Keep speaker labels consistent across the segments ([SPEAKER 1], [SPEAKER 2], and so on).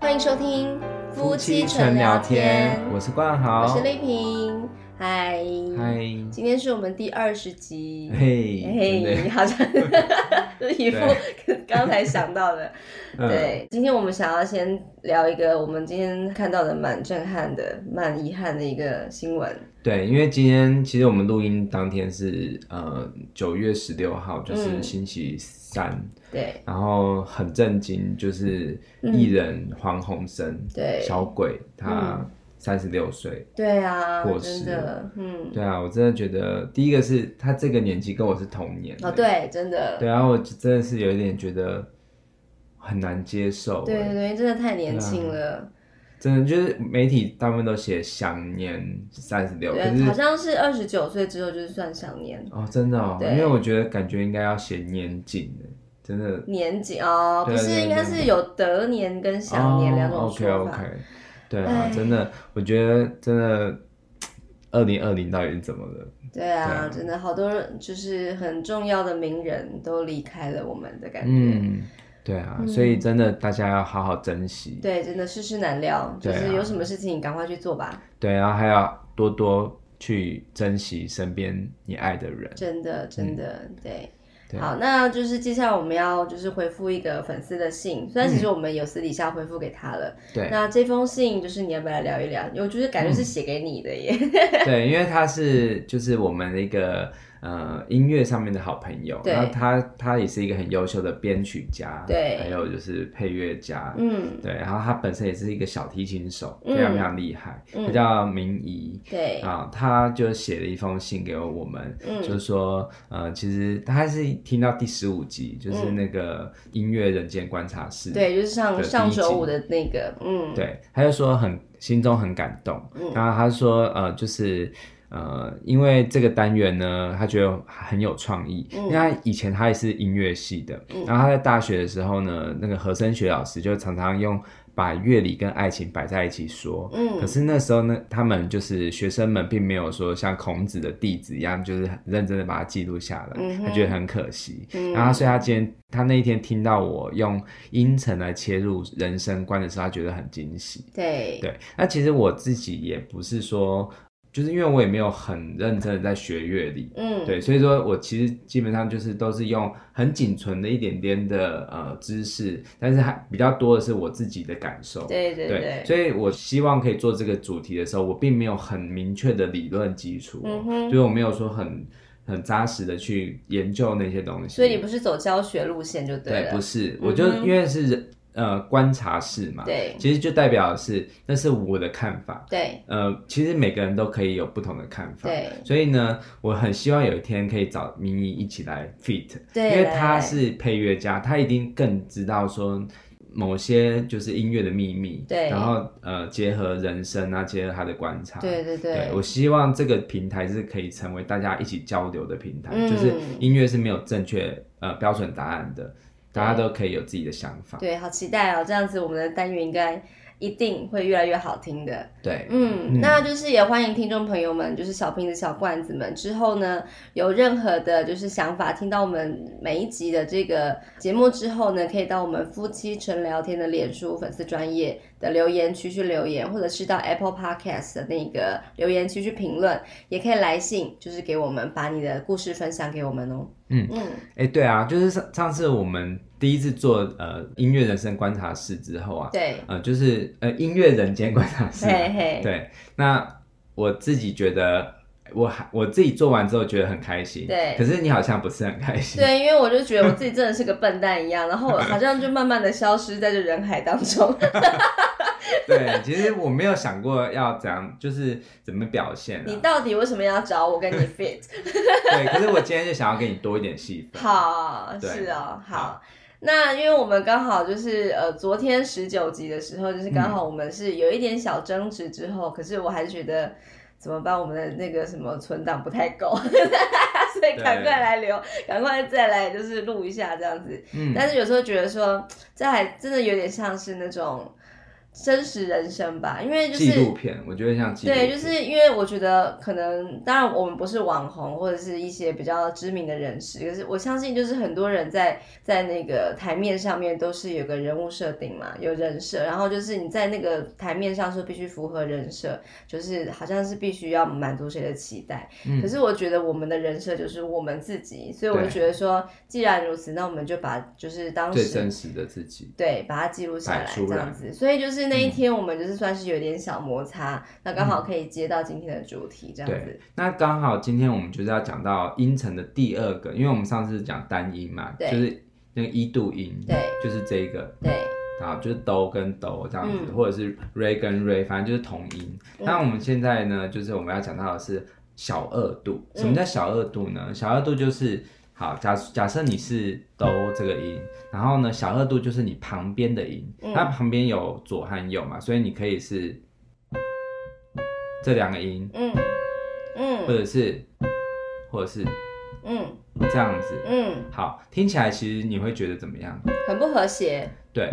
[SPEAKER 1] 欢迎收听
[SPEAKER 2] 夫妻纯聊天，我是冠豪，
[SPEAKER 1] 我是丽萍，嗨，
[SPEAKER 2] 嗨，
[SPEAKER 1] 今天是我们第二十集，
[SPEAKER 2] 嘿，
[SPEAKER 1] 嘿，
[SPEAKER 2] 嘿，
[SPEAKER 1] 好像 就是一副刚才想到的。
[SPEAKER 2] 嗯
[SPEAKER 1] 对，今天我们想要先聊一个我们今天看到的蛮震撼的、蛮遗憾的一个新闻。
[SPEAKER 2] 对，因为今天其实我们录音当天是呃九月十六号，就是
[SPEAKER 1] 嗯
[SPEAKER 2] 星期三，
[SPEAKER 1] 对
[SPEAKER 2] 然后很震惊，就是艺人黄鸿升，
[SPEAKER 1] 嗯对嗯
[SPEAKER 2] 小鬼，他三十六岁，
[SPEAKER 1] 对啊，
[SPEAKER 2] 过
[SPEAKER 1] 真
[SPEAKER 2] 世
[SPEAKER 1] 的，嗯，
[SPEAKER 2] 对啊，我真的觉得第一个是他这个年纪跟我是同年，
[SPEAKER 1] 哦，对，真的，
[SPEAKER 2] 对啊，我真的是有一点觉得很难接受，
[SPEAKER 1] 对
[SPEAKER 2] 欸
[SPEAKER 1] 对对，真的太年轻了，
[SPEAKER 2] 真的就是媒体大部分都写享年三十啊六，可
[SPEAKER 1] 对，好
[SPEAKER 2] 是
[SPEAKER 1] 像是二十九岁之后就是算享年
[SPEAKER 2] 哦，真的哦，
[SPEAKER 1] 对
[SPEAKER 2] 因为我觉得感觉应该要写年景的，真的
[SPEAKER 1] 年景哦，不
[SPEAKER 2] 对对
[SPEAKER 1] 是，
[SPEAKER 2] 对
[SPEAKER 1] 应该是有得年跟享年两种
[SPEAKER 2] o k
[SPEAKER 1] 说
[SPEAKER 2] 哦 OK，
[SPEAKER 1] 法。
[SPEAKER 2] 对啊
[SPEAKER 1] 哎，
[SPEAKER 2] 真的，我觉得真的，二零二零到底是怎么了？
[SPEAKER 1] 对啊，
[SPEAKER 2] 对啊
[SPEAKER 1] 真的好多人就是很重要的名人都离开了我们的感觉。
[SPEAKER 2] 嗯，对啊，所以真的大家要好好珍惜，
[SPEAKER 1] 对，真的世事难料，就
[SPEAKER 2] 对啊
[SPEAKER 1] 是有什么事情赶快去做吧。
[SPEAKER 2] 对，然后还要多多去珍惜身边你爱的人，
[SPEAKER 1] 真的，真的，对。
[SPEAKER 2] 嗯对
[SPEAKER 1] 好，那就是接下来我们要就是回复一个粉丝的信，虽然其实我们有私底下回复给他了。
[SPEAKER 2] 嗯对嗯
[SPEAKER 1] 那这封信就是你要不要来聊一聊？我觉得感觉是写给你的耶。
[SPEAKER 2] 对，因为他是就是我们的一个呃音乐上面的好朋友，
[SPEAKER 1] 对
[SPEAKER 2] 然后他他也是一个很优秀的编曲家，
[SPEAKER 1] 对
[SPEAKER 2] 还有就是配乐家，
[SPEAKER 1] 嗯，
[SPEAKER 2] 对，然后他本身也是一个小提琴手，
[SPEAKER 1] 嗯
[SPEAKER 2] 非常非常厉害，
[SPEAKER 1] 嗯
[SPEAKER 2] 他叫明仪。
[SPEAKER 1] 对，
[SPEAKER 2] 啊，他就写了一封信给我们，
[SPEAKER 1] 嗯
[SPEAKER 2] 就是说，呃，其实他是听到第十五集，就是
[SPEAKER 1] 嗯
[SPEAKER 2] 那个音乐人间观察室，
[SPEAKER 1] 对，就是上
[SPEAKER 2] 的第一
[SPEAKER 1] 上周
[SPEAKER 2] 集
[SPEAKER 1] 五的那个，嗯，
[SPEAKER 2] 对，他就说很心中很感动，然后他说呃，就是呃，因为这个单元呢，他觉得很有创意，
[SPEAKER 1] 嗯
[SPEAKER 2] 因为他以前他也是音乐系的，然后他在大学的时候呢，那个和声学老师就常常用。把乐理跟爱情摆在一起说，
[SPEAKER 1] 嗯
[SPEAKER 2] 可是那时候呢，他们就是学生们，并没有说像孔子的弟子一样，就是很认真的把它记录下来，
[SPEAKER 1] 嗯哼
[SPEAKER 2] 他觉得很可惜。
[SPEAKER 1] 嗯
[SPEAKER 2] 然后，所以他今天他那一天听到我用音程来切入人生观的时候，他觉得很惊喜。
[SPEAKER 1] 对，
[SPEAKER 2] 对，那其实我自己也不是说，就是因为我也没有很认真的在学乐理，
[SPEAKER 1] 嗯，
[SPEAKER 2] 对，所以说我其实基本上就是都是用很仅存的一点点的呃知识，但是还比较多的是我自己的感受。
[SPEAKER 1] 对对对，
[SPEAKER 2] 所以我希望可以做这个主题的时候，我并没有很明确的理论基础哦、
[SPEAKER 1] 嗯哼
[SPEAKER 2] 所以我没有说很很扎实的去研究那些东西。
[SPEAKER 1] 所以你不是走教学路线就对
[SPEAKER 2] 对，
[SPEAKER 1] 了，
[SPEAKER 2] 不是，啊我就
[SPEAKER 1] 嗯哼
[SPEAKER 2] 因为是人呃观察室嘛，
[SPEAKER 1] 对
[SPEAKER 2] 其实就代表的是那是我的看法。
[SPEAKER 1] 对
[SPEAKER 2] 呃，其实每个人都可以有不同的看法，
[SPEAKER 1] 对
[SPEAKER 2] 所以呢，我很希望有一天可以找明一一起来 fit，
[SPEAKER 1] 对
[SPEAKER 2] 因为
[SPEAKER 1] 来
[SPEAKER 2] 他
[SPEAKER 1] 来
[SPEAKER 2] 是配乐家，他一定更知道说某些就是音乐的秘密，
[SPEAKER 1] 对
[SPEAKER 2] 然后呃，结合人生啊，结合他的观察，
[SPEAKER 1] 对对
[SPEAKER 2] 对，我希望这个平台是可以成为大家一起交流的平台，
[SPEAKER 1] 嗯
[SPEAKER 2] 就是音乐是没有正确呃标准答案的，大家都可以有自己的想法。
[SPEAKER 1] 对，好期待哦！这样子我们的单元应该一定会越来越好听的。
[SPEAKER 2] 对，
[SPEAKER 1] 嗯，那就是也欢迎听众朋友们，就是小瓶子、小罐子们，之后呢有任何的就是想法，听到我们每一集的这个节目之后呢，可以到我们夫妻纯聊天的脸书粉丝专业的留言区去留言，或者是到 Apple Podcast 的那个留言区去评论，也可以来信，就是给我们把你的故事分享给我们哦。
[SPEAKER 2] 嗯
[SPEAKER 1] 嗯，
[SPEAKER 2] 哎、对啊，就是上上次我们第一次做呃音乐人生观察室之后啊，
[SPEAKER 1] 对，
[SPEAKER 2] 呃，就是呃音乐人间观察室啊、
[SPEAKER 1] 嘿嘿，
[SPEAKER 2] 对，那我自己觉得。我还我自己做完之后觉得很开心，
[SPEAKER 1] 对
[SPEAKER 2] 可是你好像不是很开心，
[SPEAKER 1] 对，因为我就觉得我自己真的是个笨蛋一样，然后我好像就慢慢的消失在这人海当中。
[SPEAKER 2] 对，其实我没有想过要怎样，就是怎么表现、啊。
[SPEAKER 1] 你到底为什么要找我跟 你 fit？
[SPEAKER 2] 对，可是我今天就想要给你多一点戏份。
[SPEAKER 1] 好，
[SPEAKER 2] 对
[SPEAKER 1] 是哦，好
[SPEAKER 2] 好。
[SPEAKER 1] 那因为我们刚好就是呃，昨天十九集的时候，就是刚
[SPEAKER 2] 嗯
[SPEAKER 1] 好我们是有一点小争执之后，可是我还是觉得怎么办，我们的那个什么存档不太够， 所以赶快来留，赶快再来就是录一下这样子。
[SPEAKER 2] 嗯，
[SPEAKER 1] 但是有时候觉得说，这还真的有点像是那种真实人生吧，因为就是
[SPEAKER 2] 纪录片，我觉得像纪录
[SPEAKER 1] 对，
[SPEAKER 2] 片
[SPEAKER 1] 就是因为我觉得可能，当然我们不是网红或者是一些比较知名的人士，可是我相信就是很多人在在那个台面上面都是有个人物设定嘛，有人设，然后就是你在那个台面上说必须符合人设，就是好像是必须要满足谁的期待。
[SPEAKER 2] 嗯
[SPEAKER 1] 可是我觉得我们的人设就是我们自己，所以我就
[SPEAKER 2] 对
[SPEAKER 1] 觉得说，既然如此，那我们就把就是当
[SPEAKER 2] 最
[SPEAKER 1] 时
[SPEAKER 2] 真实的自己。
[SPEAKER 1] 对，把它记录下来
[SPEAKER 2] 摆
[SPEAKER 1] 这
[SPEAKER 2] 出来嗯
[SPEAKER 1] 样子。所以就是那一天，我们就是算是有点小摩擦，那刚好可以接到今天的主题这样
[SPEAKER 2] 对
[SPEAKER 1] 子。，
[SPEAKER 2] 那刚好今天我们就是要讲到音程的第二个，因为我们上次讲单音嘛，
[SPEAKER 1] 对
[SPEAKER 2] 就是那个一度音，
[SPEAKER 1] 对，
[SPEAKER 2] 就是这个，
[SPEAKER 1] 对，
[SPEAKER 2] 啊，就是哆跟哆这样子，
[SPEAKER 1] 嗯
[SPEAKER 2] 或者是 re 跟 re，反正就是同音。
[SPEAKER 1] 嗯
[SPEAKER 2] 那我们现在呢，就是我们要讲到的是小二度。
[SPEAKER 1] 嗯
[SPEAKER 2] 什么叫小二度呢？小二度就是好，假假设你是哆这个音，然后呢，小二度就是你旁边的音，
[SPEAKER 1] 嗯
[SPEAKER 2] 它旁边有左和右嘛，所以你可以是这两个音，
[SPEAKER 1] 嗯
[SPEAKER 2] 或
[SPEAKER 1] 嗯
[SPEAKER 2] 者是或者是
[SPEAKER 1] 嗯
[SPEAKER 2] 这样子。
[SPEAKER 1] 嗯，
[SPEAKER 2] 好，听起来其实你会觉得怎么样？
[SPEAKER 1] 很不和谐。
[SPEAKER 2] 对，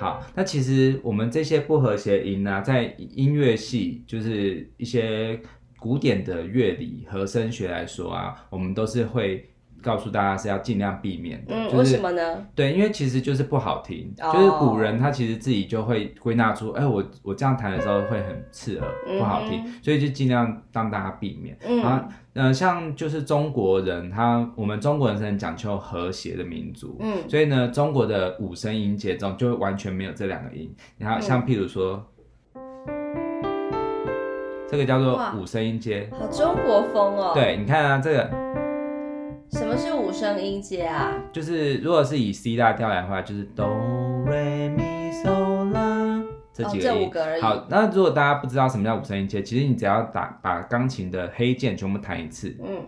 [SPEAKER 2] 好，那其实我们这些不和谐音呢、在音乐系就是一些古典的乐理和声学来说啊，我们都是会告诉大家是要尽量避免的，
[SPEAKER 1] 嗯，
[SPEAKER 2] 就
[SPEAKER 1] 为什
[SPEAKER 2] 是。
[SPEAKER 1] 么呢？
[SPEAKER 2] 对，因为其实就是不好听，
[SPEAKER 1] 哦
[SPEAKER 2] 就是古人他其实自己就会归纳出，哎、我我这样弹的时候会很刺耳，不好听，所以就尽量让大家避免。
[SPEAKER 1] 嗯
[SPEAKER 2] 啊，呃，像就是中国人，他我们中国人是很讲究和谐的民族，
[SPEAKER 1] 嗯
[SPEAKER 2] 所以呢，中国的五声音节中就完全没有这两个音。然
[SPEAKER 1] 嗯
[SPEAKER 2] 后像譬如说，这个叫做
[SPEAKER 1] 哇
[SPEAKER 2] 五声音阶。
[SPEAKER 1] 好中国风哦。，
[SPEAKER 2] 对，你看啊，这个
[SPEAKER 1] 什么是五声音阶啊？
[SPEAKER 2] 就是如果是以 C 大调来的话，就是哆来咪嗦啦这
[SPEAKER 1] 哦
[SPEAKER 2] 几
[SPEAKER 1] 这
[SPEAKER 2] 个
[SPEAKER 1] 五
[SPEAKER 2] 音。
[SPEAKER 1] 个而已
[SPEAKER 2] 好，那如果大家不知道什么叫五声音阶，其实你只要打把钢琴的黑键全部弹一次，
[SPEAKER 1] 嗯，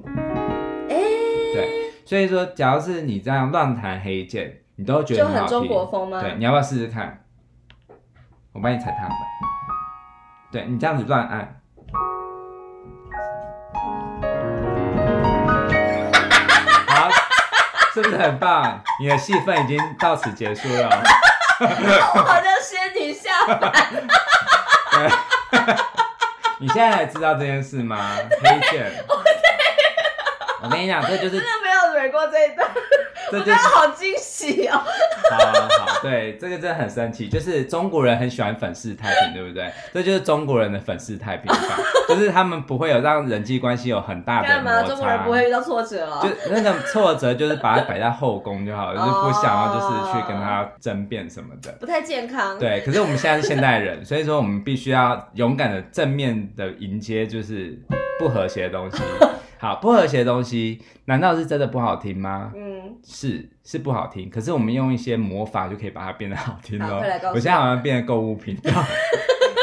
[SPEAKER 2] 对。所以说，假如是你这样乱弹黑键，你都会觉
[SPEAKER 1] 就
[SPEAKER 2] 得很好
[SPEAKER 1] 很
[SPEAKER 2] 听。
[SPEAKER 1] 中国风吗？
[SPEAKER 2] 对，你要不要试试看？我帮你踩踏板。对你这样子乱按， 好，是不是很棒？你的戏份已经到此结束了。
[SPEAKER 1] 我好像仙女下凡。
[SPEAKER 2] 你现在才知道这件事吗？黑键。我跟你讲，这就是
[SPEAKER 1] 真的没有蕊过这一段，
[SPEAKER 2] 这
[SPEAKER 1] 我觉
[SPEAKER 2] 就
[SPEAKER 1] 得
[SPEAKER 2] 是
[SPEAKER 1] 好惊喜哦！
[SPEAKER 2] 好好好，对，这个真的很神奇，就是中国人很喜欢粉饰太平，对 不对？这就是中国人的粉饰太平法， 就是他们不会有让人际关系有很大的
[SPEAKER 1] 干
[SPEAKER 2] 摩
[SPEAKER 1] 嘛
[SPEAKER 2] 擦。
[SPEAKER 1] 中国人不会遇到挫折
[SPEAKER 2] 就
[SPEAKER 1] 哦？
[SPEAKER 2] 那个挫折，就是把它摆在后宫就好了，就是不想要就是去跟他争辩什么的。
[SPEAKER 1] 不太健康。
[SPEAKER 2] 对，可是我们现在是现代人，所以说我们必须要勇敢的正面的迎接，就是不和谐的 东西。好，不和谐的东西，难道是真的不好听吗？
[SPEAKER 1] 嗯，
[SPEAKER 2] 是是不好听，可是我们用一些魔法就可以把它变得好听
[SPEAKER 1] 好
[SPEAKER 2] 哦
[SPEAKER 1] 快来告诉。
[SPEAKER 2] 我现在好像变成购物频道。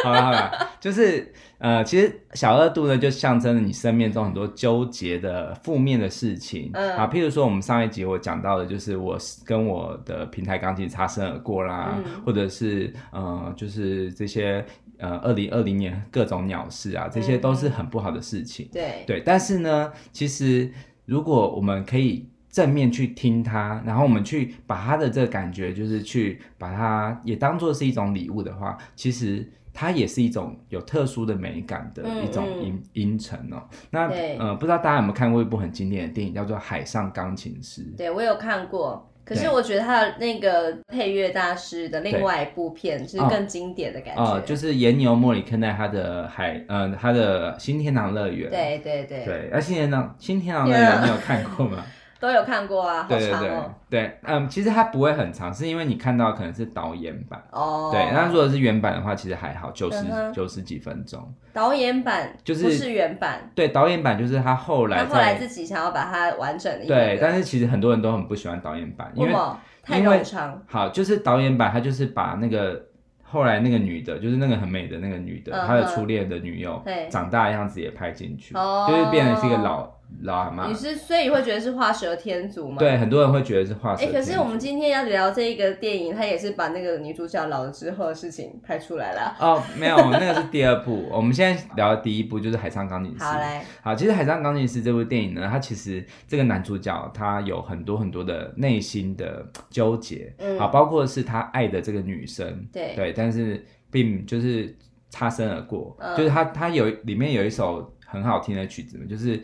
[SPEAKER 2] 好了好了，就是呃，其实小二度呢，就象征了你生命中很多纠结的负面的事情、
[SPEAKER 1] 嗯
[SPEAKER 2] 啊，譬如说我们上一集我讲到的，就是我跟我的平台钢琴擦身而过啦，
[SPEAKER 1] 嗯
[SPEAKER 2] 或者是呃，就是这些呃，二零二零年各种鸟事啊，这
[SPEAKER 1] 嗯
[SPEAKER 2] 些都是很不好的事情。
[SPEAKER 1] 对。
[SPEAKER 2] 对，但是呢，其实如果我们可以正面去听它，然后我们去把它的这个感觉，就是去把它也当做是一种礼物的话，其实。它也是一种有特殊的美感的
[SPEAKER 1] 嗯
[SPEAKER 2] 一种
[SPEAKER 1] 嗯
[SPEAKER 2] 音、音程哦。那
[SPEAKER 1] 对
[SPEAKER 2] 呃，不知道大家有没有看过一部很经典的电影，叫做《海上钢琴师》。
[SPEAKER 1] 对，我有看过，可是
[SPEAKER 2] 对
[SPEAKER 1] 我觉得他的那个配乐大师的另外一部片是
[SPEAKER 2] 哦
[SPEAKER 1] 更经典的感觉，
[SPEAKER 2] 哦，就是岩牛莫里克奈他的海，呃，他的新天堂乐园。
[SPEAKER 1] 对啊对对，
[SPEAKER 2] 对，那、新天堂新天堂乐园
[SPEAKER 1] Yeah
[SPEAKER 2] 你有看过吗？
[SPEAKER 1] 都有看过啊，好
[SPEAKER 2] 对对
[SPEAKER 1] 长
[SPEAKER 2] 对
[SPEAKER 1] 哦，
[SPEAKER 2] 对，嗯，其实它不会很长，是因为你看到可能是导演版。
[SPEAKER 1] 哦，
[SPEAKER 2] 对，那如果是原版的话，其实还好，九十
[SPEAKER 1] 嗯哼
[SPEAKER 2] 九十几分钟。
[SPEAKER 1] 导演版
[SPEAKER 2] 就是
[SPEAKER 1] 不是原版，
[SPEAKER 2] 对，导演版就是他后来
[SPEAKER 1] 他后来
[SPEAKER 2] 在
[SPEAKER 1] 自己想要把它完整的一
[SPEAKER 2] 对，
[SPEAKER 1] 个
[SPEAKER 2] 但是其实很多人都很不喜欢导演版，因
[SPEAKER 1] 为
[SPEAKER 2] 为
[SPEAKER 1] 什么太
[SPEAKER 2] 因为
[SPEAKER 1] 冗长，
[SPEAKER 2] 好就是导演版，他就是把那个后来那个女的，就是那个很美的那个女的，
[SPEAKER 1] 嗯哼
[SPEAKER 2] 她的初恋的女友
[SPEAKER 1] 对
[SPEAKER 2] 长大的样子也拍进去，
[SPEAKER 1] 哦
[SPEAKER 2] 就是变成是一个老老阿妈
[SPEAKER 1] 你。是所以会觉得是画蛇添足吗？。
[SPEAKER 2] 对，很多人会觉得是画蛇
[SPEAKER 1] 哎，
[SPEAKER 2] 添足。
[SPEAKER 1] 可是我们今天要聊这个电影，他也是把那个女主角老了之后的事情拍出来了。
[SPEAKER 2] 哦，没有，那个是第二部。我们现在聊的第一部就是《海上钢琴师》。
[SPEAKER 1] 好来，
[SPEAKER 2] 好，其实《海上钢琴师》这部电影呢，它其实这个男主角他有很多很多的内心的纠结，
[SPEAKER 1] 嗯
[SPEAKER 2] 好，包括是他爱的这个女生，
[SPEAKER 1] 对
[SPEAKER 2] 对，但是并就是擦身而过，
[SPEAKER 1] 嗯
[SPEAKER 2] 就是他他有里面有一首很好听的曲子，就是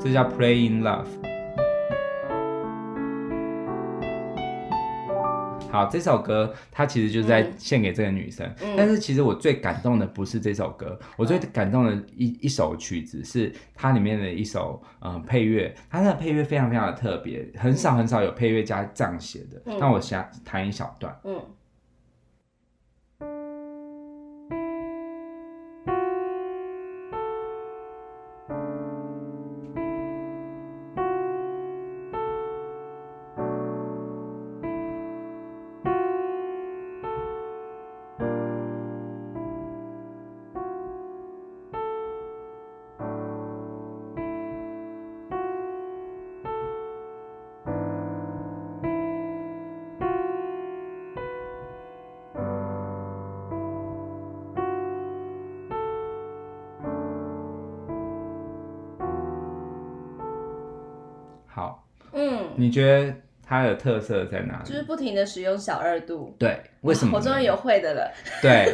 [SPEAKER 2] 这叫《Play in Love》。好，这首歌它其实就是在
[SPEAKER 1] 嗯
[SPEAKER 2] 献给这个女生，
[SPEAKER 1] 嗯
[SPEAKER 2] 但是其实我最感动的不是这首歌，我最感动的一一首曲子是它里面的一首呃配乐，它的配乐非常非常的特别，很少很少有配乐家这样写的。
[SPEAKER 1] 嗯
[SPEAKER 2] 那我想弹一小段，
[SPEAKER 1] 嗯
[SPEAKER 2] 好，
[SPEAKER 1] 嗯，
[SPEAKER 2] 你觉得它的特色在哪
[SPEAKER 1] 就是
[SPEAKER 2] 里？
[SPEAKER 1] 不停的使用小二度。
[SPEAKER 2] 对，为什么呢？
[SPEAKER 1] 我终于有会的了。
[SPEAKER 2] 对。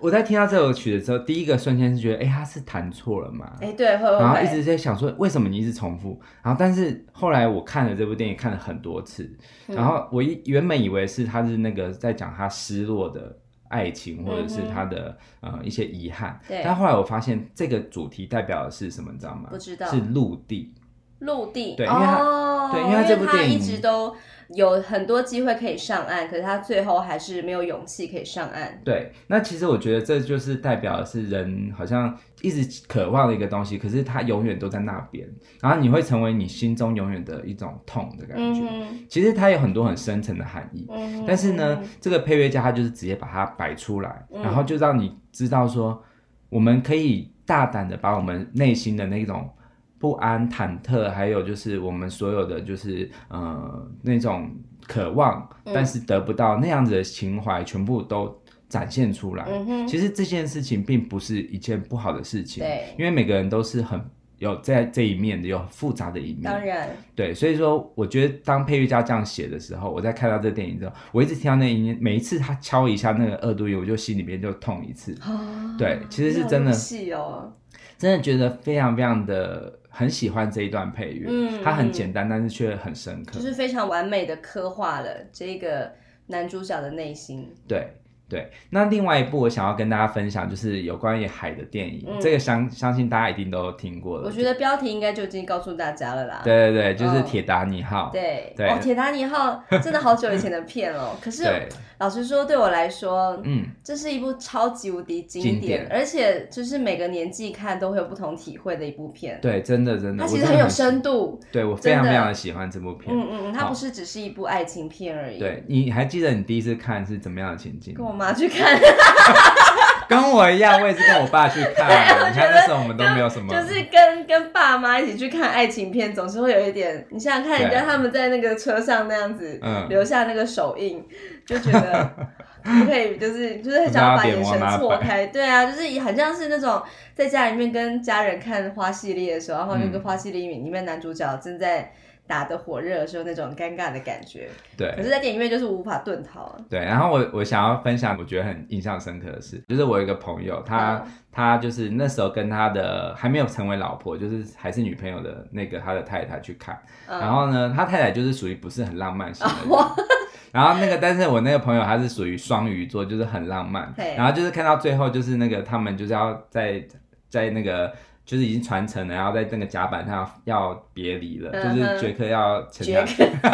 [SPEAKER 2] 我在听到这首曲子之后，第一个瞬间是觉得，哎、他是弹错了吗？
[SPEAKER 1] 哎，对，会会
[SPEAKER 2] 然后一
[SPEAKER 1] 会。
[SPEAKER 2] 直在想说，为什么你一直重复？然后但是后来我看了这部电影看了很多次，
[SPEAKER 1] 嗯
[SPEAKER 2] 然后我一原本以为是他是那个在讲他失落的爱情，或者是他的、呃一些遗憾，
[SPEAKER 1] 嗯对
[SPEAKER 2] 但后来我发现这个主题代表的是什么，你知道吗？
[SPEAKER 1] 不知道
[SPEAKER 2] 是陆地。
[SPEAKER 1] 陆地，
[SPEAKER 2] 对因为它
[SPEAKER 1] 哦，
[SPEAKER 2] 对因为它这部
[SPEAKER 1] 因为它
[SPEAKER 2] 电影
[SPEAKER 1] 一直都有很多机会可以上岸，可是他最后还是没有勇气可以上岸。
[SPEAKER 2] 对，那其实我觉得这就是代表的是人好像一直渴望的一个东西，可是它永远都在那边，然后你会成为你心中永远的一种痛的感觉。
[SPEAKER 1] 哼，
[SPEAKER 2] 其实它有很多很深层的含义，
[SPEAKER 1] 嗯哼
[SPEAKER 2] 嗯但是呢，，这个配乐家他就是直接把它摆出来，
[SPEAKER 1] 嗯
[SPEAKER 2] 然后就让你知道说，我们可以大胆的把我们内心的那种不安、忐忑，还有就是我们所有的就是呃那种渴望，
[SPEAKER 1] 嗯
[SPEAKER 2] 但是得不到那样子的情怀，全部都展现出来。
[SPEAKER 1] 嗯哼，
[SPEAKER 2] 其实这件事情并不是一件不好的事情
[SPEAKER 1] 对，
[SPEAKER 2] 因为每个人都是很有在这一面的，有复杂的一面。
[SPEAKER 1] 当然，
[SPEAKER 2] 对，所以说我觉得当配乐家这样写的时候，我在看到这个电影之后，我一直听到那音乐，每一次他敲一下那个二度音，我就心里面就痛一次，
[SPEAKER 1] 啊
[SPEAKER 2] 对其实是真的
[SPEAKER 1] 细哦，
[SPEAKER 2] 真的觉得非常非常的很喜欢这一段配乐，
[SPEAKER 1] 嗯
[SPEAKER 2] 它很简单，但是却很深刻，
[SPEAKER 1] 就是非常完美的刻画了这个男主角的内心。
[SPEAKER 2] 对。对，那另外一部我想要跟大家分享，就是有关于海的电影，
[SPEAKER 1] 嗯
[SPEAKER 2] 这个相相信大家一定都听过了。
[SPEAKER 1] 我觉得标题应该就已经告诉大家了啦。
[SPEAKER 2] 对对对，就是
[SPEAKER 1] 嗯
[SPEAKER 2] 《铁达尼号》
[SPEAKER 1] 对
[SPEAKER 2] 对
[SPEAKER 1] 哦，《铁达尼号》真的好久以前的片了，哦可是
[SPEAKER 2] 对，
[SPEAKER 1] 老实说，对我来说，
[SPEAKER 2] 嗯，
[SPEAKER 1] 这是一部超级无敌经典，
[SPEAKER 2] 经典
[SPEAKER 1] 而且就是每个年纪看都会有不同体会的一部片。
[SPEAKER 2] 对，真的真的，
[SPEAKER 1] 它
[SPEAKER 2] 我
[SPEAKER 1] 其实
[SPEAKER 2] 真的
[SPEAKER 1] 很有
[SPEAKER 2] 喜
[SPEAKER 1] 深，度，
[SPEAKER 2] 对我非常
[SPEAKER 1] 真
[SPEAKER 2] 非
[SPEAKER 1] 的
[SPEAKER 2] 常的喜欢这部片。
[SPEAKER 1] 嗯嗯嗯，它
[SPEAKER 2] 好
[SPEAKER 1] 不是只是一部爱情片而已。，
[SPEAKER 2] 对，你还记得你第一次看是怎么样的情境吗？
[SPEAKER 1] 跟我妈去看，
[SPEAKER 2] 跟我一样，我也是跟我爸去看。啊你看那时候我们都没有什么，
[SPEAKER 1] 就是跟跟爸妈一起去看爱情片，总是会有一点，你想想看，
[SPEAKER 2] 对啊
[SPEAKER 1] 人家他们在那个车上那样子、
[SPEAKER 2] 嗯
[SPEAKER 1] 留下那个手印，就觉得 可不可以，就是就是很想要把眼神错开，对啊，就是也很像是那种在家里面跟家人看花系列的时候，然后那个
[SPEAKER 2] 嗯
[SPEAKER 1] 花系列里面男主角正在。打得火热的时候，那种尴尬的感觉，可
[SPEAKER 2] 对
[SPEAKER 1] 是，在电影院就是无法遁逃啊。
[SPEAKER 2] 对。然后我我想要分享，我觉得很印象深刻的事，就是我有一个朋友，他、
[SPEAKER 1] 嗯
[SPEAKER 2] 他就是那时候跟他的还没有成为老婆，就是还是女朋友的那个他的太太去看，
[SPEAKER 1] 嗯哦
[SPEAKER 2] 然后呢，他太太就是属于不是很浪漫型的人。 然后那个，但是我那个朋友他是属于双鱼座，就是很浪漫
[SPEAKER 1] 嘿。
[SPEAKER 2] 然后就是看到最后，就是那个他们就是要在在那个就是已经传承了，然后在那个甲板上要要别离了，
[SPEAKER 1] 嗯哼
[SPEAKER 2] 就是杰克要沉
[SPEAKER 1] 杰
[SPEAKER 2] 下
[SPEAKER 1] 克，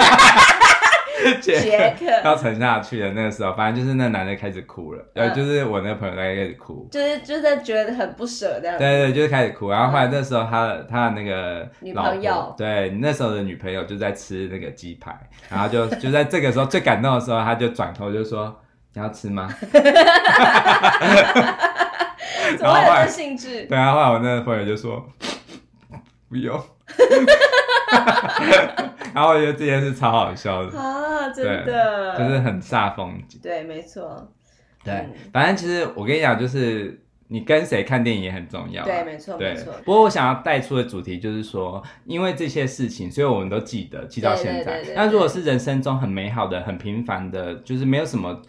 [SPEAKER 1] 杰克，
[SPEAKER 2] 要沉下去了。那个时候，反正就是那男的开始哭了，
[SPEAKER 1] 嗯
[SPEAKER 2] 呃，就是我那个朋友在开始哭。
[SPEAKER 1] 就是就是在觉得很不舍这样子。
[SPEAKER 2] 对对，就是开始哭，然后后来那时候他的他的那个
[SPEAKER 1] 女
[SPEAKER 2] 老婆
[SPEAKER 1] 朋友
[SPEAKER 2] 对那时候的女朋友就在吃那个鸡排，然后 就就在这个时候最感动的时候，他就转头就说：“你要吃吗？”
[SPEAKER 1] 怎么会有这兴 致？
[SPEAKER 2] 对啊，后来我那个朋友就说 不用，然后我觉得这件事超好笑 的，
[SPEAKER 1] 啊，真
[SPEAKER 2] 就是
[SPEAKER 1] 的，
[SPEAKER 2] 很煞风景。
[SPEAKER 1] 对，没错，
[SPEAKER 2] 对
[SPEAKER 1] 嗯，
[SPEAKER 2] 反正其实我跟你讲，就是你跟谁看电影也很重要、啊。
[SPEAKER 1] 对，没错，
[SPEAKER 2] 对
[SPEAKER 1] 没错。
[SPEAKER 2] 不过我想要带出的主题就是说，因为这些事情，所以我们都记得，记到现
[SPEAKER 1] 对对
[SPEAKER 2] 在
[SPEAKER 1] 对对。
[SPEAKER 2] 那如果是人生中很美好的、很平凡的，就是没有什么、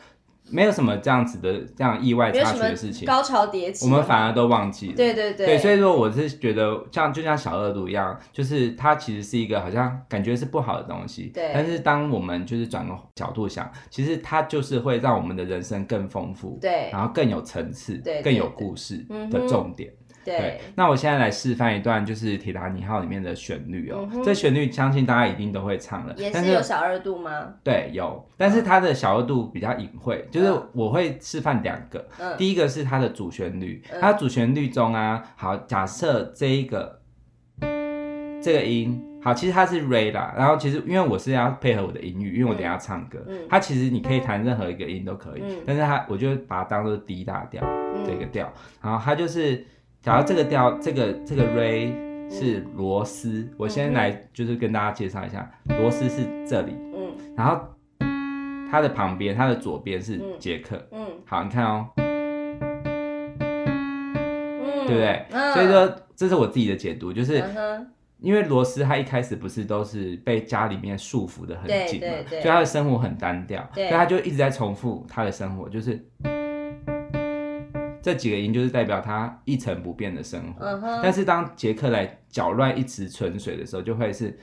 [SPEAKER 2] 没有什么这样子的这样意外
[SPEAKER 1] 没有
[SPEAKER 2] 插
[SPEAKER 1] 什
[SPEAKER 2] 曲的事
[SPEAKER 1] 么
[SPEAKER 2] 情，
[SPEAKER 1] 高潮迭起，
[SPEAKER 2] 我们反而都忘记了。
[SPEAKER 1] 对对
[SPEAKER 2] 对，所以说我是觉得像就像小恶毒一样，就是它其实是一个好像感觉是不好的东西，
[SPEAKER 1] 对
[SPEAKER 2] 但是当我们就是转个角度想，其实它就是会让我们的人生更丰富，
[SPEAKER 1] 对
[SPEAKER 2] 然后更有层次，
[SPEAKER 1] 对对
[SPEAKER 2] 更有故事
[SPEAKER 1] 嗯
[SPEAKER 2] 的
[SPEAKER 1] 哼
[SPEAKER 2] 重点。
[SPEAKER 1] 对，
[SPEAKER 2] 那我现在来示范一段就是《铁达尼号》里面的旋律哦
[SPEAKER 1] 嗯，哼
[SPEAKER 2] 这旋律相信大家一定都会唱了，
[SPEAKER 1] 也
[SPEAKER 2] 但
[SPEAKER 1] 是有小二度吗？
[SPEAKER 2] 对，有，但是它的小度比较隐晦，就是
[SPEAKER 1] 嗯
[SPEAKER 2] 我会示范两个。
[SPEAKER 1] 嗯
[SPEAKER 2] 第一个是它的主旋律，
[SPEAKER 1] 嗯
[SPEAKER 2] 它主旋律中啊，好，假设这一个这个音，好，其实它是 re 啦，然后其实因为我是要配合我的音域，因为我等一下要唱歌，
[SPEAKER 1] 嗯
[SPEAKER 2] 它其实你可以弹任何一个音都可以，
[SPEAKER 1] 嗯
[SPEAKER 2] 但是它我就把它当做 D 大调这
[SPEAKER 1] 嗯
[SPEAKER 2] 个调，然后它就是，假如这个调这个这个 re 是螺丝，我先来就是跟大家介绍一下，螺丝是这里。
[SPEAKER 1] 嗯
[SPEAKER 2] 然后它的旁边，它的左边是杰克。
[SPEAKER 1] 嗯
[SPEAKER 2] 好，你看哦，
[SPEAKER 1] 嗯，
[SPEAKER 2] 对不对？
[SPEAKER 1] 嗯
[SPEAKER 2] 所以，说这是我自己的解读，就是
[SPEAKER 1] 嗯哼，
[SPEAKER 2] 因为罗斯他一开始不是都是被家里面束缚的很
[SPEAKER 1] 对
[SPEAKER 2] 紧嘛
[SPEAKER 1] 对，对
[SPEAKER 2] 所以他的生活很单调，所
[SPEAKER 1] 对
[SPEAKER 2] 以他就一直在重复他的生活，就是这几个音就是代表他一成不变的生活。
[SPEAKER 1] 嗯哼，
[SPEAKER 2] 但是当杰克来搅乱一池春水的时候，就会是，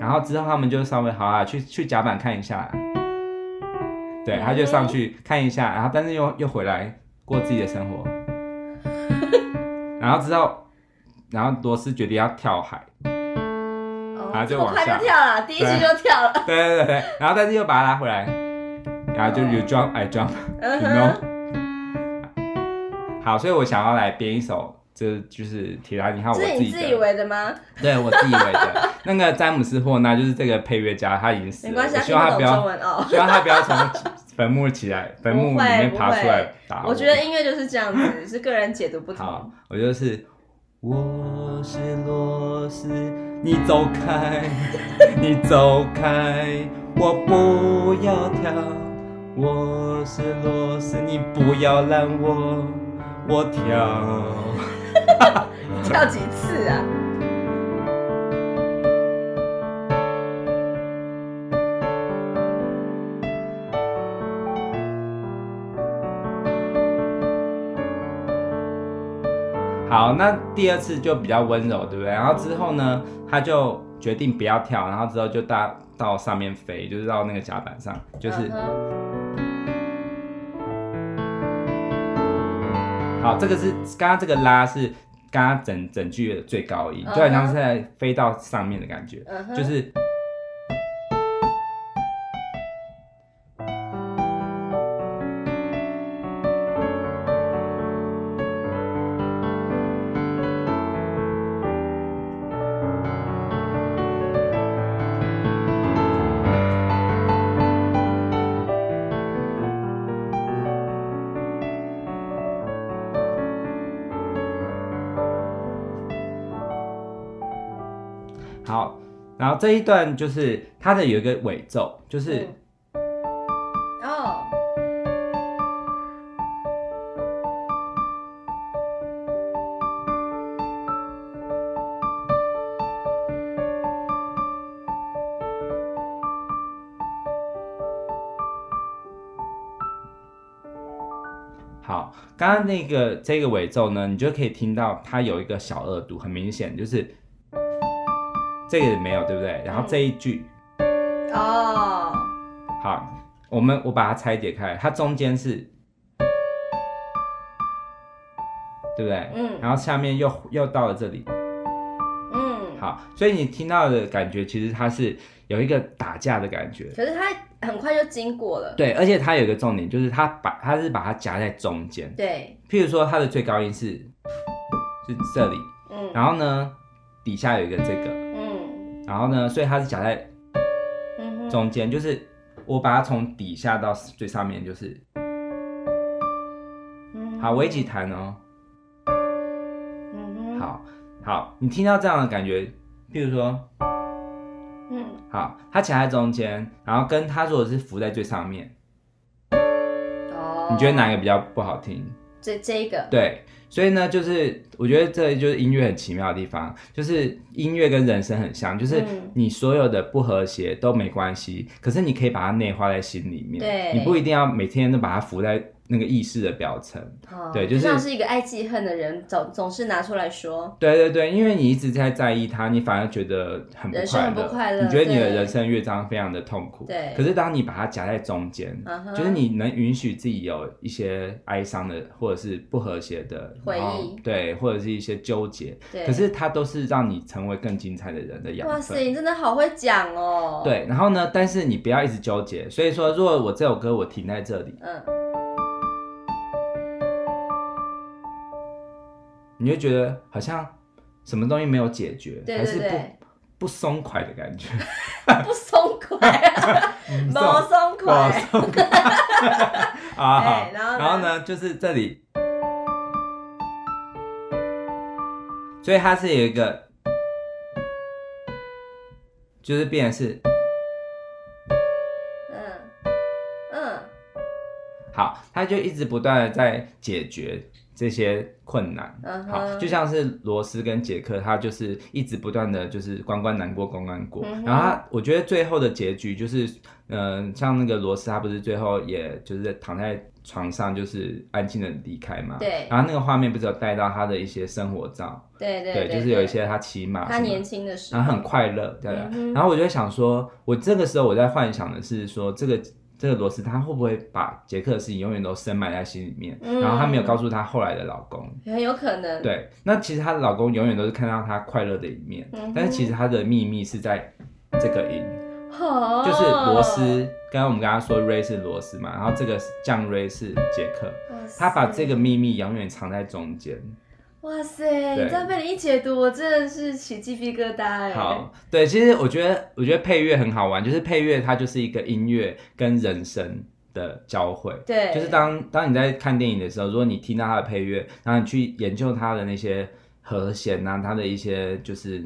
[SPEAKER 2] 然后之后他们就稍微好啊，去去甲板看一下，啊对，他就上去看一下，然后但是又又回来过自己的生活，然后之后，然后罗斯决定要跳海，
[SPEAKER 1] 哦
[SPEAKER 2] 啊就
[SPEAKER 1] 这么
[SPEAKER 2] 往
[SPEAKER 1] 快
[SPEAKER 2] 下
[SPEAKER 1] 就跳了，第一句就跳了，
[SPEAKER 2] 对啊对对对，然后但是又把他拉回来，然后就 you jump I jump。
[SPEAKER 1] 嗯
[SPEAKER 2] 你 know
[SPEAKER 1] 哼，
[SPEAKER 2] 好，所以我想要来编一首，这就是《铁达尼号》我
[SPEAKER 1] 这是
[SPEAKER 2] 自
[SPEAKER 1] 你
[SPEAKER 2] 己
[SPEAKER 1] 自以
[SPEAKER 2] 的，
[SPEAKER 1] 为的吗？
[SPEAKER 2] 对我自以为的。那个詹姆斯霍纳就是这个配乐家，他已经死
[SPEAKER 1] 没
[SPEAKER 2] 了，
[SPEAKER 1] 关系，
[SPEAKER 2] 我
[SPEAKER 1] 他
[SPEAKER 2] 希
[SPEAKER 1] 听不
[SPEAKER 2] 望他
[SPEAKER 1] 懂中
[SPEAKER 2] 不 要，
[SPEAKER 1] 文哦。
[SPEAKER 2] 希望他不要从坟墓起来，坟墓里面爬出来打
[SPEAKER 1] 我觉得音乐就是这样子，是个人解读不同。
[SPEAKER 2] 好，我就是我是螺丝，你走 开，你走开，我不要跳。我是螺丝，你不要拦我，我跳。
[SPEAKER 1] 跳几次啊？
[SPEAKER 2] 好，那第二次就比较温柔，对不对？然后之后呢，他就决定不要跳，然后之后就到到上面飞，就是到那个甲板上，就是、
[SPEAKER 1] 嗯哼
[SPEAKER 2] 好，这个是刚刚这个拉是刚刚整整句的最高音，
[SPEAKER 1] 嗯哼
[SPEAKER 2] 就好像是在飞到上面的感觉，
[SPEAKER 1] 嗯哼，
[SPEAKER 2] 就是。好，然后这一段就是它的有一个尾奏，就是
[SPEAKER 1] 嗯哦，
[SPEAKER 2] 好，刚刚那个这个尾奏呢，你就可以听到它有一个小二度，很明显就是这个也没有，对不对？然后这一句，
[SPEAKER 1] 哦，
[SPEAKER 2] 好，我们我把它拆解开来，它中间是，对不对？
[SPEAKER 1] 嗯
[SPEAKER 2] 然后下面又又到了这里，
[SPEAKER 1] 嗯，
[SPEAKER 2] 好，所以你听到的感觉其实它是有一个打架的感觉，
[SPEAKER 1] 可是他很快就经过了，
[SPEAKER 2] 对，而且它有一个重点就是它把它是把它夹在中间，
[SPEAKER 1] 对，
[SPEAKER 2] 譬如说它的最高音是是这里，
[SPEAKER 1] 嗯
[SPEAKER 2] 然后呢底下有一个这个，
[SPEAKER 1] 嗯
[SPEAKER 2] 然后呢，所以它是夹在
[SPEAKER 1] 嗯哼，
[SPEAKER 2] 中间，就是我把它从底下到最上面，就是
[SPEAKER 1] 嗯
[SPEAKER 2] 好，我一起，弹哦，
[SPEAKER 1] 嗯哼，，
[SPEAKER 2] 好好，你听到这样的感觉，譬如说。
[SPEAKER 1] 嗯
[SPEAKER 2] 好，它夹在中间，然后跟它如果是浮在最上面，
[SPEAKER 1] 哦，
[SPEAKER 2] 你觉得哪一个比较不好听？
[SPEAKER 1] 这这一个，
[SPEAKER 2] 对，所以呢，就是我觉得这就是音乐很奇妙的地方，就是音乐跟人生很像，就是
[SPEAKER 1] 嗯
[SPEAKER 2] 你所有的不和谐都没关系，可是你可以把它内化在心里面，
[SPEAKER 1] 对
[SPEAKER 2] 你不一定要每天都把它浮在那个意识的表层。
[SPEAKER 1] 哦
[SPEAKER 2] 对就是
[SPEAKER 1] 像是一个爱记恨的人，总总是拿出来说，
[SPEAKER 2] 对对对，因为你一直在在意它，你反而觉得很不
[SPEAKER 1] 人生
[SPEAKER 2] 快
[SPEAKER 1] 很不
[SPEAKER 2] 乐，
[SPEAKER 1] 快乐
[SPEAKER 2] 你觉得你的
[SPEAKER 1] 对
[SPEAKER 2] 人生乐章非常的痛苦。
[SPEAKER 1] 对
[SPEAKER 2] 可是当你把它夹在中间，
[SPEAKER 1] 嗯哼
[SPEAKER 2] 就是你能允许自己有一些哀伤的，或者是不和谐的
[SPEAKER 1] 回忆
[SPEAKER 2] 然后对，或者是一些纠结，
[SPEAKER 1] 对，
[SPEAKER 2] 可是它都是让你成为更精彩的人的
[SPEAKER 1] 哇
[SPEAKER 2] 养
[SPEAKER 1] 塞，
[SPEAKER 2] 分。
[SPEAKER 1] 你真的好会讲哦，，
[SPEAKER 2] 对，然后呢？但是你不要一直纠结。所以说，如果我这首歌我停在这里，
[SPEAKER 1] 嗯，
[SPEAKER 2] 你就觉得好像什么东西没有解决，
[SPEAKER 1] 对对
[SPEAKER 2] 还是
[SPEAKER 1] 对，
[SPEAKER 2] 不不松快的感觉。
[SPEAKER 1] 不松快， 毛嗯松
[SPEAKER 2] 哇
[SPEAKER 1] 快，哎
[SPEAKER 2] 松快啊！好
[SPEAKER 1] 对然后呢
[SPEAKER 2] 然后呢？就是这里，所以它是有一个，就是变成是
[SPEAKER 1] 嗯嗯，
[SPEAKER 2] 好，他就一直不断的在解决这些困难。
[SPEAKER 1] 嗯
[SPEAKER 2] 好，
[SPEAKER 1] 哼，
[SPEAKER 2] 就像是罗斯跟杰克，他就是一直不断的就是关关难过关关过，
[SPEAKER 1] 嗯哼
[SPEAKER 2] 然后他我觉得最后的结局就是，嗯、像那个罗斯，他不是最后也就是躺在床上，就是安静的离开嘛。
[SPEAKER 1] 对
[SPEAKER 2] 然后那个画面不是有带到他的一些生活照，
[SPEAKER 1] 对对
[SPEAKER 2] 就是有一些他骑马什么的，
[SPEAKER 1] 他年轻的时
[SPEAKER 2] 然后
[SPEAKER 1] 候
[SPEAKER 2] 很快乐，对啊。
[SPEAKER 1] 嗯哼
[SPEAKER 2] 然后我就会想说，我这个时候我在幻想的是说，这个这个罗斯他会不会把杰克的事情永远都深埋在心里面，
[SPEAKER 1] 嗯
[SPEAKER 2] 然后他没有告诉他后来的老公。
[SPEAKER 1] 很有可能，
[SPEAKER 2] 对，那其实她的老公永远都是看到她快乐的一面，
[SPEAKER 1] 嗯哼
[SPEAKER 2] 但是其实她的秘密是在这个音，
[SPEAKER 1] 哦，
[SPEAKER 2] 就是罗斯。刚刚我们刚刚说 Ray 是罗斯嘛，然后这个降 Ray 是杰克，
[SPEAKER 1] 哦哇塞，
[SPEAKER 2] 他把这个秘密永远藏在中间。
[SPEAKER 1] 哇塞，你
[SPEAKER 2] 对
[SPEAKER 1] 这样被你一解读，我真的是起鸡皮疙瘩哎。
[SPEAKER 2] 好，对，其实我觉得，我觉得配乐很好玩，就是配乐它就是一个音乐跟人声的交汇。
[SPEAKER 1] 对，
[SPEAKER 2] 就是当当你在看电影的时候，如果你听到它的配乐，然后你去研究它的那些和弦啊，它的一些就是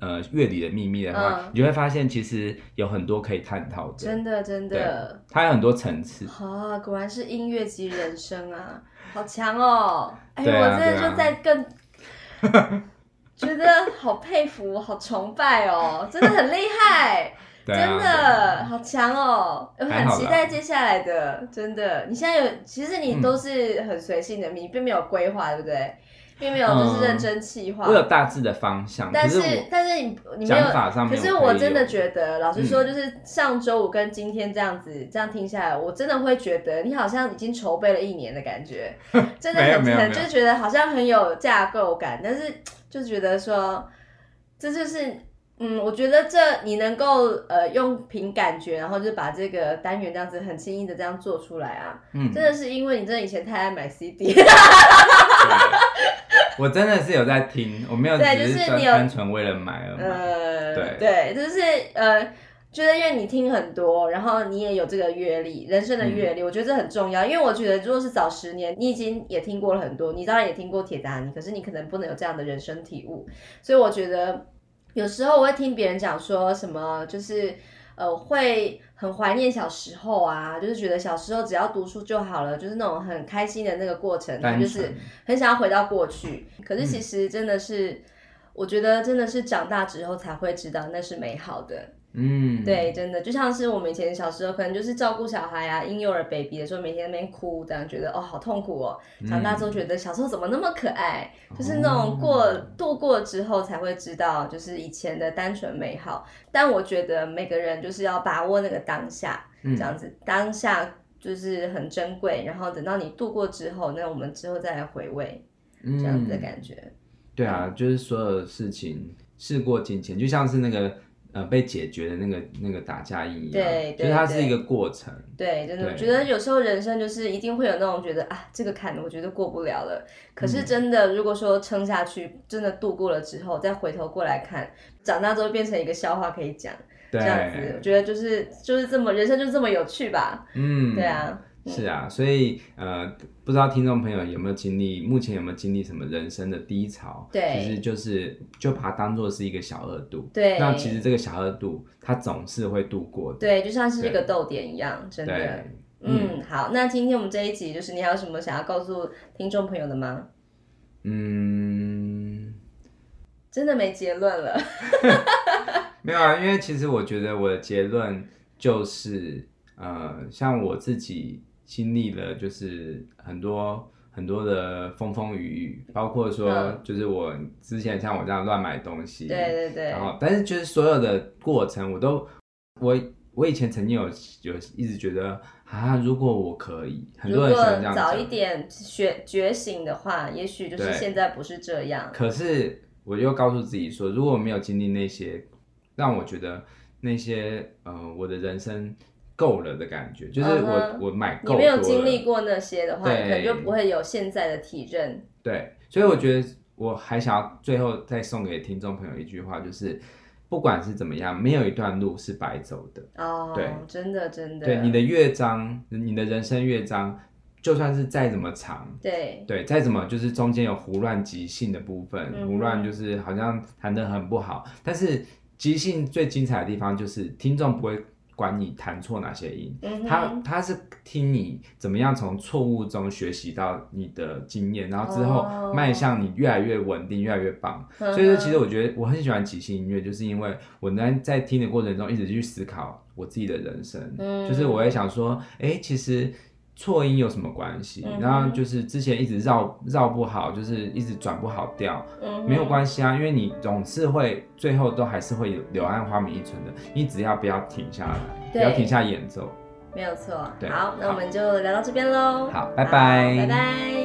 [SPEAKER 2] 呃乐理的秘密的话，
[SPEAKER 1] 嗯
[SPEAKER 2] 你就会发现其实有很多可以探讨的，
[SPEAKER 1] 真的真的，
[SPEAKER 2] 它有很多层次。
[SPEAKER 1] 啊，果然是音乐及人生啊，好强哦！哎，
[SPEAKER 2] 对啊
[SPEAKER 1] 我真的就在更 觉得好佩服，好崇拜哦，真的很厉害，
[SPEAKER 2] 对啊，
[SPEAKER 1] 真
[SPEAKER 2] 对啊
[SPEAKER 1] 的好强哦！我
[SPEAKER 2] 还
[SPEAKER 1] 很
[SPEAKER 2] 好啦
[SPEAKER 1] 期待接下来的，真的。你现在有，其实你都是很随性的，你并没有规划，对不对？并没有就是认真计划。
[SPEAKER 2] 嗯我有大致的方向，
[SPEAKER 1] 但是
[SPEAKER 2] 可我
[SPEAKER 1] 但是你你没有
[SPEAKER 2] 讲法上面
[SPEAKER 1] 可
[SPEAKER 2] 我
[SPEAKER 1] 是
[SPEAKER 2] 可以嗯
[SPEAKER 1] 我真的
[SPEAKER 2] 有
[SPEAKER 1] 觉得，老实说，就是上周五跟今天这样子，这样听下来，我真的会觉得你好像已经筹备了一年的感 觉，真的
[SPEAKER 2] 没有没
[SPEAKER 1] 很
[SPEAKER 2] 有
[SPEAKER 1] 很
[SPEAKER 2] 没有
[SPEAKER 1] 就觉得好像很有架构感，但是就觉得说，这就是嗯，我觉得这你能够呃用凭感觉，然后就把这个单元这样子很轻易的这样做出来啊，
[SPEAKER 2] 嗯，
[SPEAKER 1] 真的是因为你真的以前太爱买 CD，
[SPEAKER 2] 对 我真的是有在听，我没有只
[SPEAKER 1] 对就是
[SPEAKER 2] 是单
[SPEAKER 1] 你有
[SPEAKER 2] 单纯为了买而买。
[SPEAKER 1] 呃，
[SPEAKER 2] 对
[SPEAKER 1] 对，就是呃，觉得因为你听很多，然后你也有这个阅历，人生的阅
[SPEAKER 2] 嗯
[SPEAKER 1] 历，我觉得这很重要。因为我觉得，如果是早十年，你已经也听过了很多，你当然也听过铁达尼，可是你可能不能有这样的人生体悟。所以我觉得，有时候我会听别人讲说什么，就是呃，会很怀念小时候啊，就是觉得小时候只要读书就好了，就是那种很开心的那个过程，
[SPEAKER 2] 单纯
[SPEAKER 1] 就是很想要回到过去。可
[SPEAKER 2] 嗯
[SPEAKER 1] 是其实真的是，我觉得真的是长大之后才会知道那是美好的。
[SPEAKER 2] 嗯，
[SPEAKER 1] 对，真的就像是我们以前小时候，可能就是照顾小孩啊，婴幼儿 baby 的时候，每天在那边哭，这样觉得哦好痛苦哦。长大之
[SPEAKER 2] 嗯
[SPEAKER 1] 后觉得小时候怎么那么可爱，就是那种
[SPEAKER 2] 哦
[SPEAKER 1] 过、度过之后才会知道，就是以前的单纯美好。但我觉得每个人就是要把握那个当下，
[SPEAKER 2] 嗯
[SPEAKER 1] 这样子当下就是很珍贵。然后等到你度过之后，那我们之后再来回味
[SPEAKER 2] 这
[SPEAKER 1] 这样
[SPEAKER 2] 嗯
[SPEAKER 1] 子的感觉。
[SPEAKER 2] 对啊，就是所有事情事过境迁，就像是那个呃被解决的那个那个打架一样，
[SPEAKER 1] 对对
[SPEAKER 2] 就是它是一个过程。
[SPEAKER 1] 对，真的，
[SPEAKER 2] 对
[SPEAKER 1] 我觉得有时候人生就是一定会有那种觉得啊，这个坎我觉得过不了了。可
[SPEAKER 2] 嗯
[SPEAKER 1] 是真的，如果说撑下去，真的度过了之后，再回头过来看，长大之后变成一个笑话可以讲，这
[SPEAKER 2] 对，
[SPEAKER 1] 样子，我觉得就是就是这么人生就这么有趣吧。
[SPEAKER 2] 嗯，
[SPEAKER 1] 对。啊，
[SPEAKER 2] 是啊，所以呃，不知道听众朋友有没有经历，目前有没有经历什么人生的低潮？
[SPEAKER 1] 对
[SPEAKER 2] 其实就是就把它当做是一个小额度。
[SPEAKER 1] 对
[SPEAKER 2] 那其实这个小额度，它总是会度过的。
[SPEAKER 1] 对，就像是一个逗点一样，真的
[SPEAKER 2] 对，
[SPEAKER 1] 嗯，好，那今天我们这一集就是你还有什么想要告诉听众朋友的吗？
[SPEAKER 2] 嗯，
[SPEAKER 1] 真的没结论了，
[SPEAKER 2] 没有啊，因为其实我觉得我的结论就是，呃，像我自己经历了就是很多很多的风风雨雨，包括说
[SPEAKER 1] 嗯
[SPEAKER 2] 就是我之前像我这样乱买东西，
[SPEAKER 1] 对对对
[SPEAKER 2] 然，后但是就是所有的过程我都我。我以前曾经有有一直觉得啊，如果我可以，很
[SPEAKER 1] 如
[SPEAKER 2] 多人
[SPEAKER 1] 果
[SPEAKER 2] 喜欢这样
[SPEAKER 1] 早
[SPEAKER 2] 讲
[SPEAKER 1] 一点觉觉醒的话，也许就是
[SPEAKER 2] 对
[SPEAKER 1] 现在不是这样。
[SPEAKER 2] 可是我又告诉自己说，如果没有经历那些，让我觉得那些呃，我的人生够了的感觉，就是我、
[SPEAKER 1] 嗯哼
[SPEAKER 2] 我买
[SPEAKER 1] 你
[SPEAKER 2] 够
[SPEAKER 1] 没有
[SPEAKER 2] 多
[SPEAKER 1] 经历
[SPEAKER 2] 了
[SPEAKER 1] 过那些的话，你
[SPEAKER 2] 对
[SPEAKER 1] 可能就不会有现在的体认。
[SPEAKER 2] 对，所以我觉得我还想要最后再送给听众朋友一句话，就是不管是怎么样，没有一段路是白走的。
[SPEAKER 1] 哦
[SPEAKER 2] 对，
[SPEAKER 1] 真的真的，
[SPEAKER 2] 对，你的乐章，你的人生乐章，就算是再怎么长，
[SPEAKER 1] 对
[SPEAKER 2] 对，再怎么就是中间有胡乱即兴的部分，
[SPEAKER 1] 嗯哼
[SPEAKER 2] 胡乱就是好像弹得很不好，但是即兴最精彩的地方就是听众不会管你弹错哪些音，
[SPEAKER 1] 嗯
[SPEAKER 2] 他
[SPEAKER 1] 哼，
[SPEAKER 2] 他是听你怎么样从错误中学习到你的经验，然后之后
[SPEAKER 1] 哦
[SPEAKER 2] 迈向你越来越稳定，越来越棒。
[SPEAKER 1] 嗯哼
[SPEAKER 2] 所以说，其实我觉得我很喜欢即兴音乐，就是因为我能在听的过程中一直去思考我自己的人生，
[SPEAKER 1] 嗯
[SPEAKER 2] 就是我会想说，哎、其实错音有什么关系？
[SPEAKER 1] 嗯哼
[SPEAKER 2] 然后就是之前一直绕绕不好，就是一直转不好调，
[SPEAKER 1] 嗯哼
[SPEAKER 2] 没有关系啊，因为你总是会最后都还是会有柳暗花明一村的，你只要不要停下来，不
[SPEAKER 1] 对
[SPEAKER 2] 要停下演奏。
[SPEAKER 1] 没有错。
[SPEAKER 2] 对
[SPEAKER 1] 好，那
[SPEAKER 2] 好
[SPEAKER 1] 我们就聊到这边喽。
[SPEAKER 2] 好拜拜
[SPEAKER 1] 拜拜。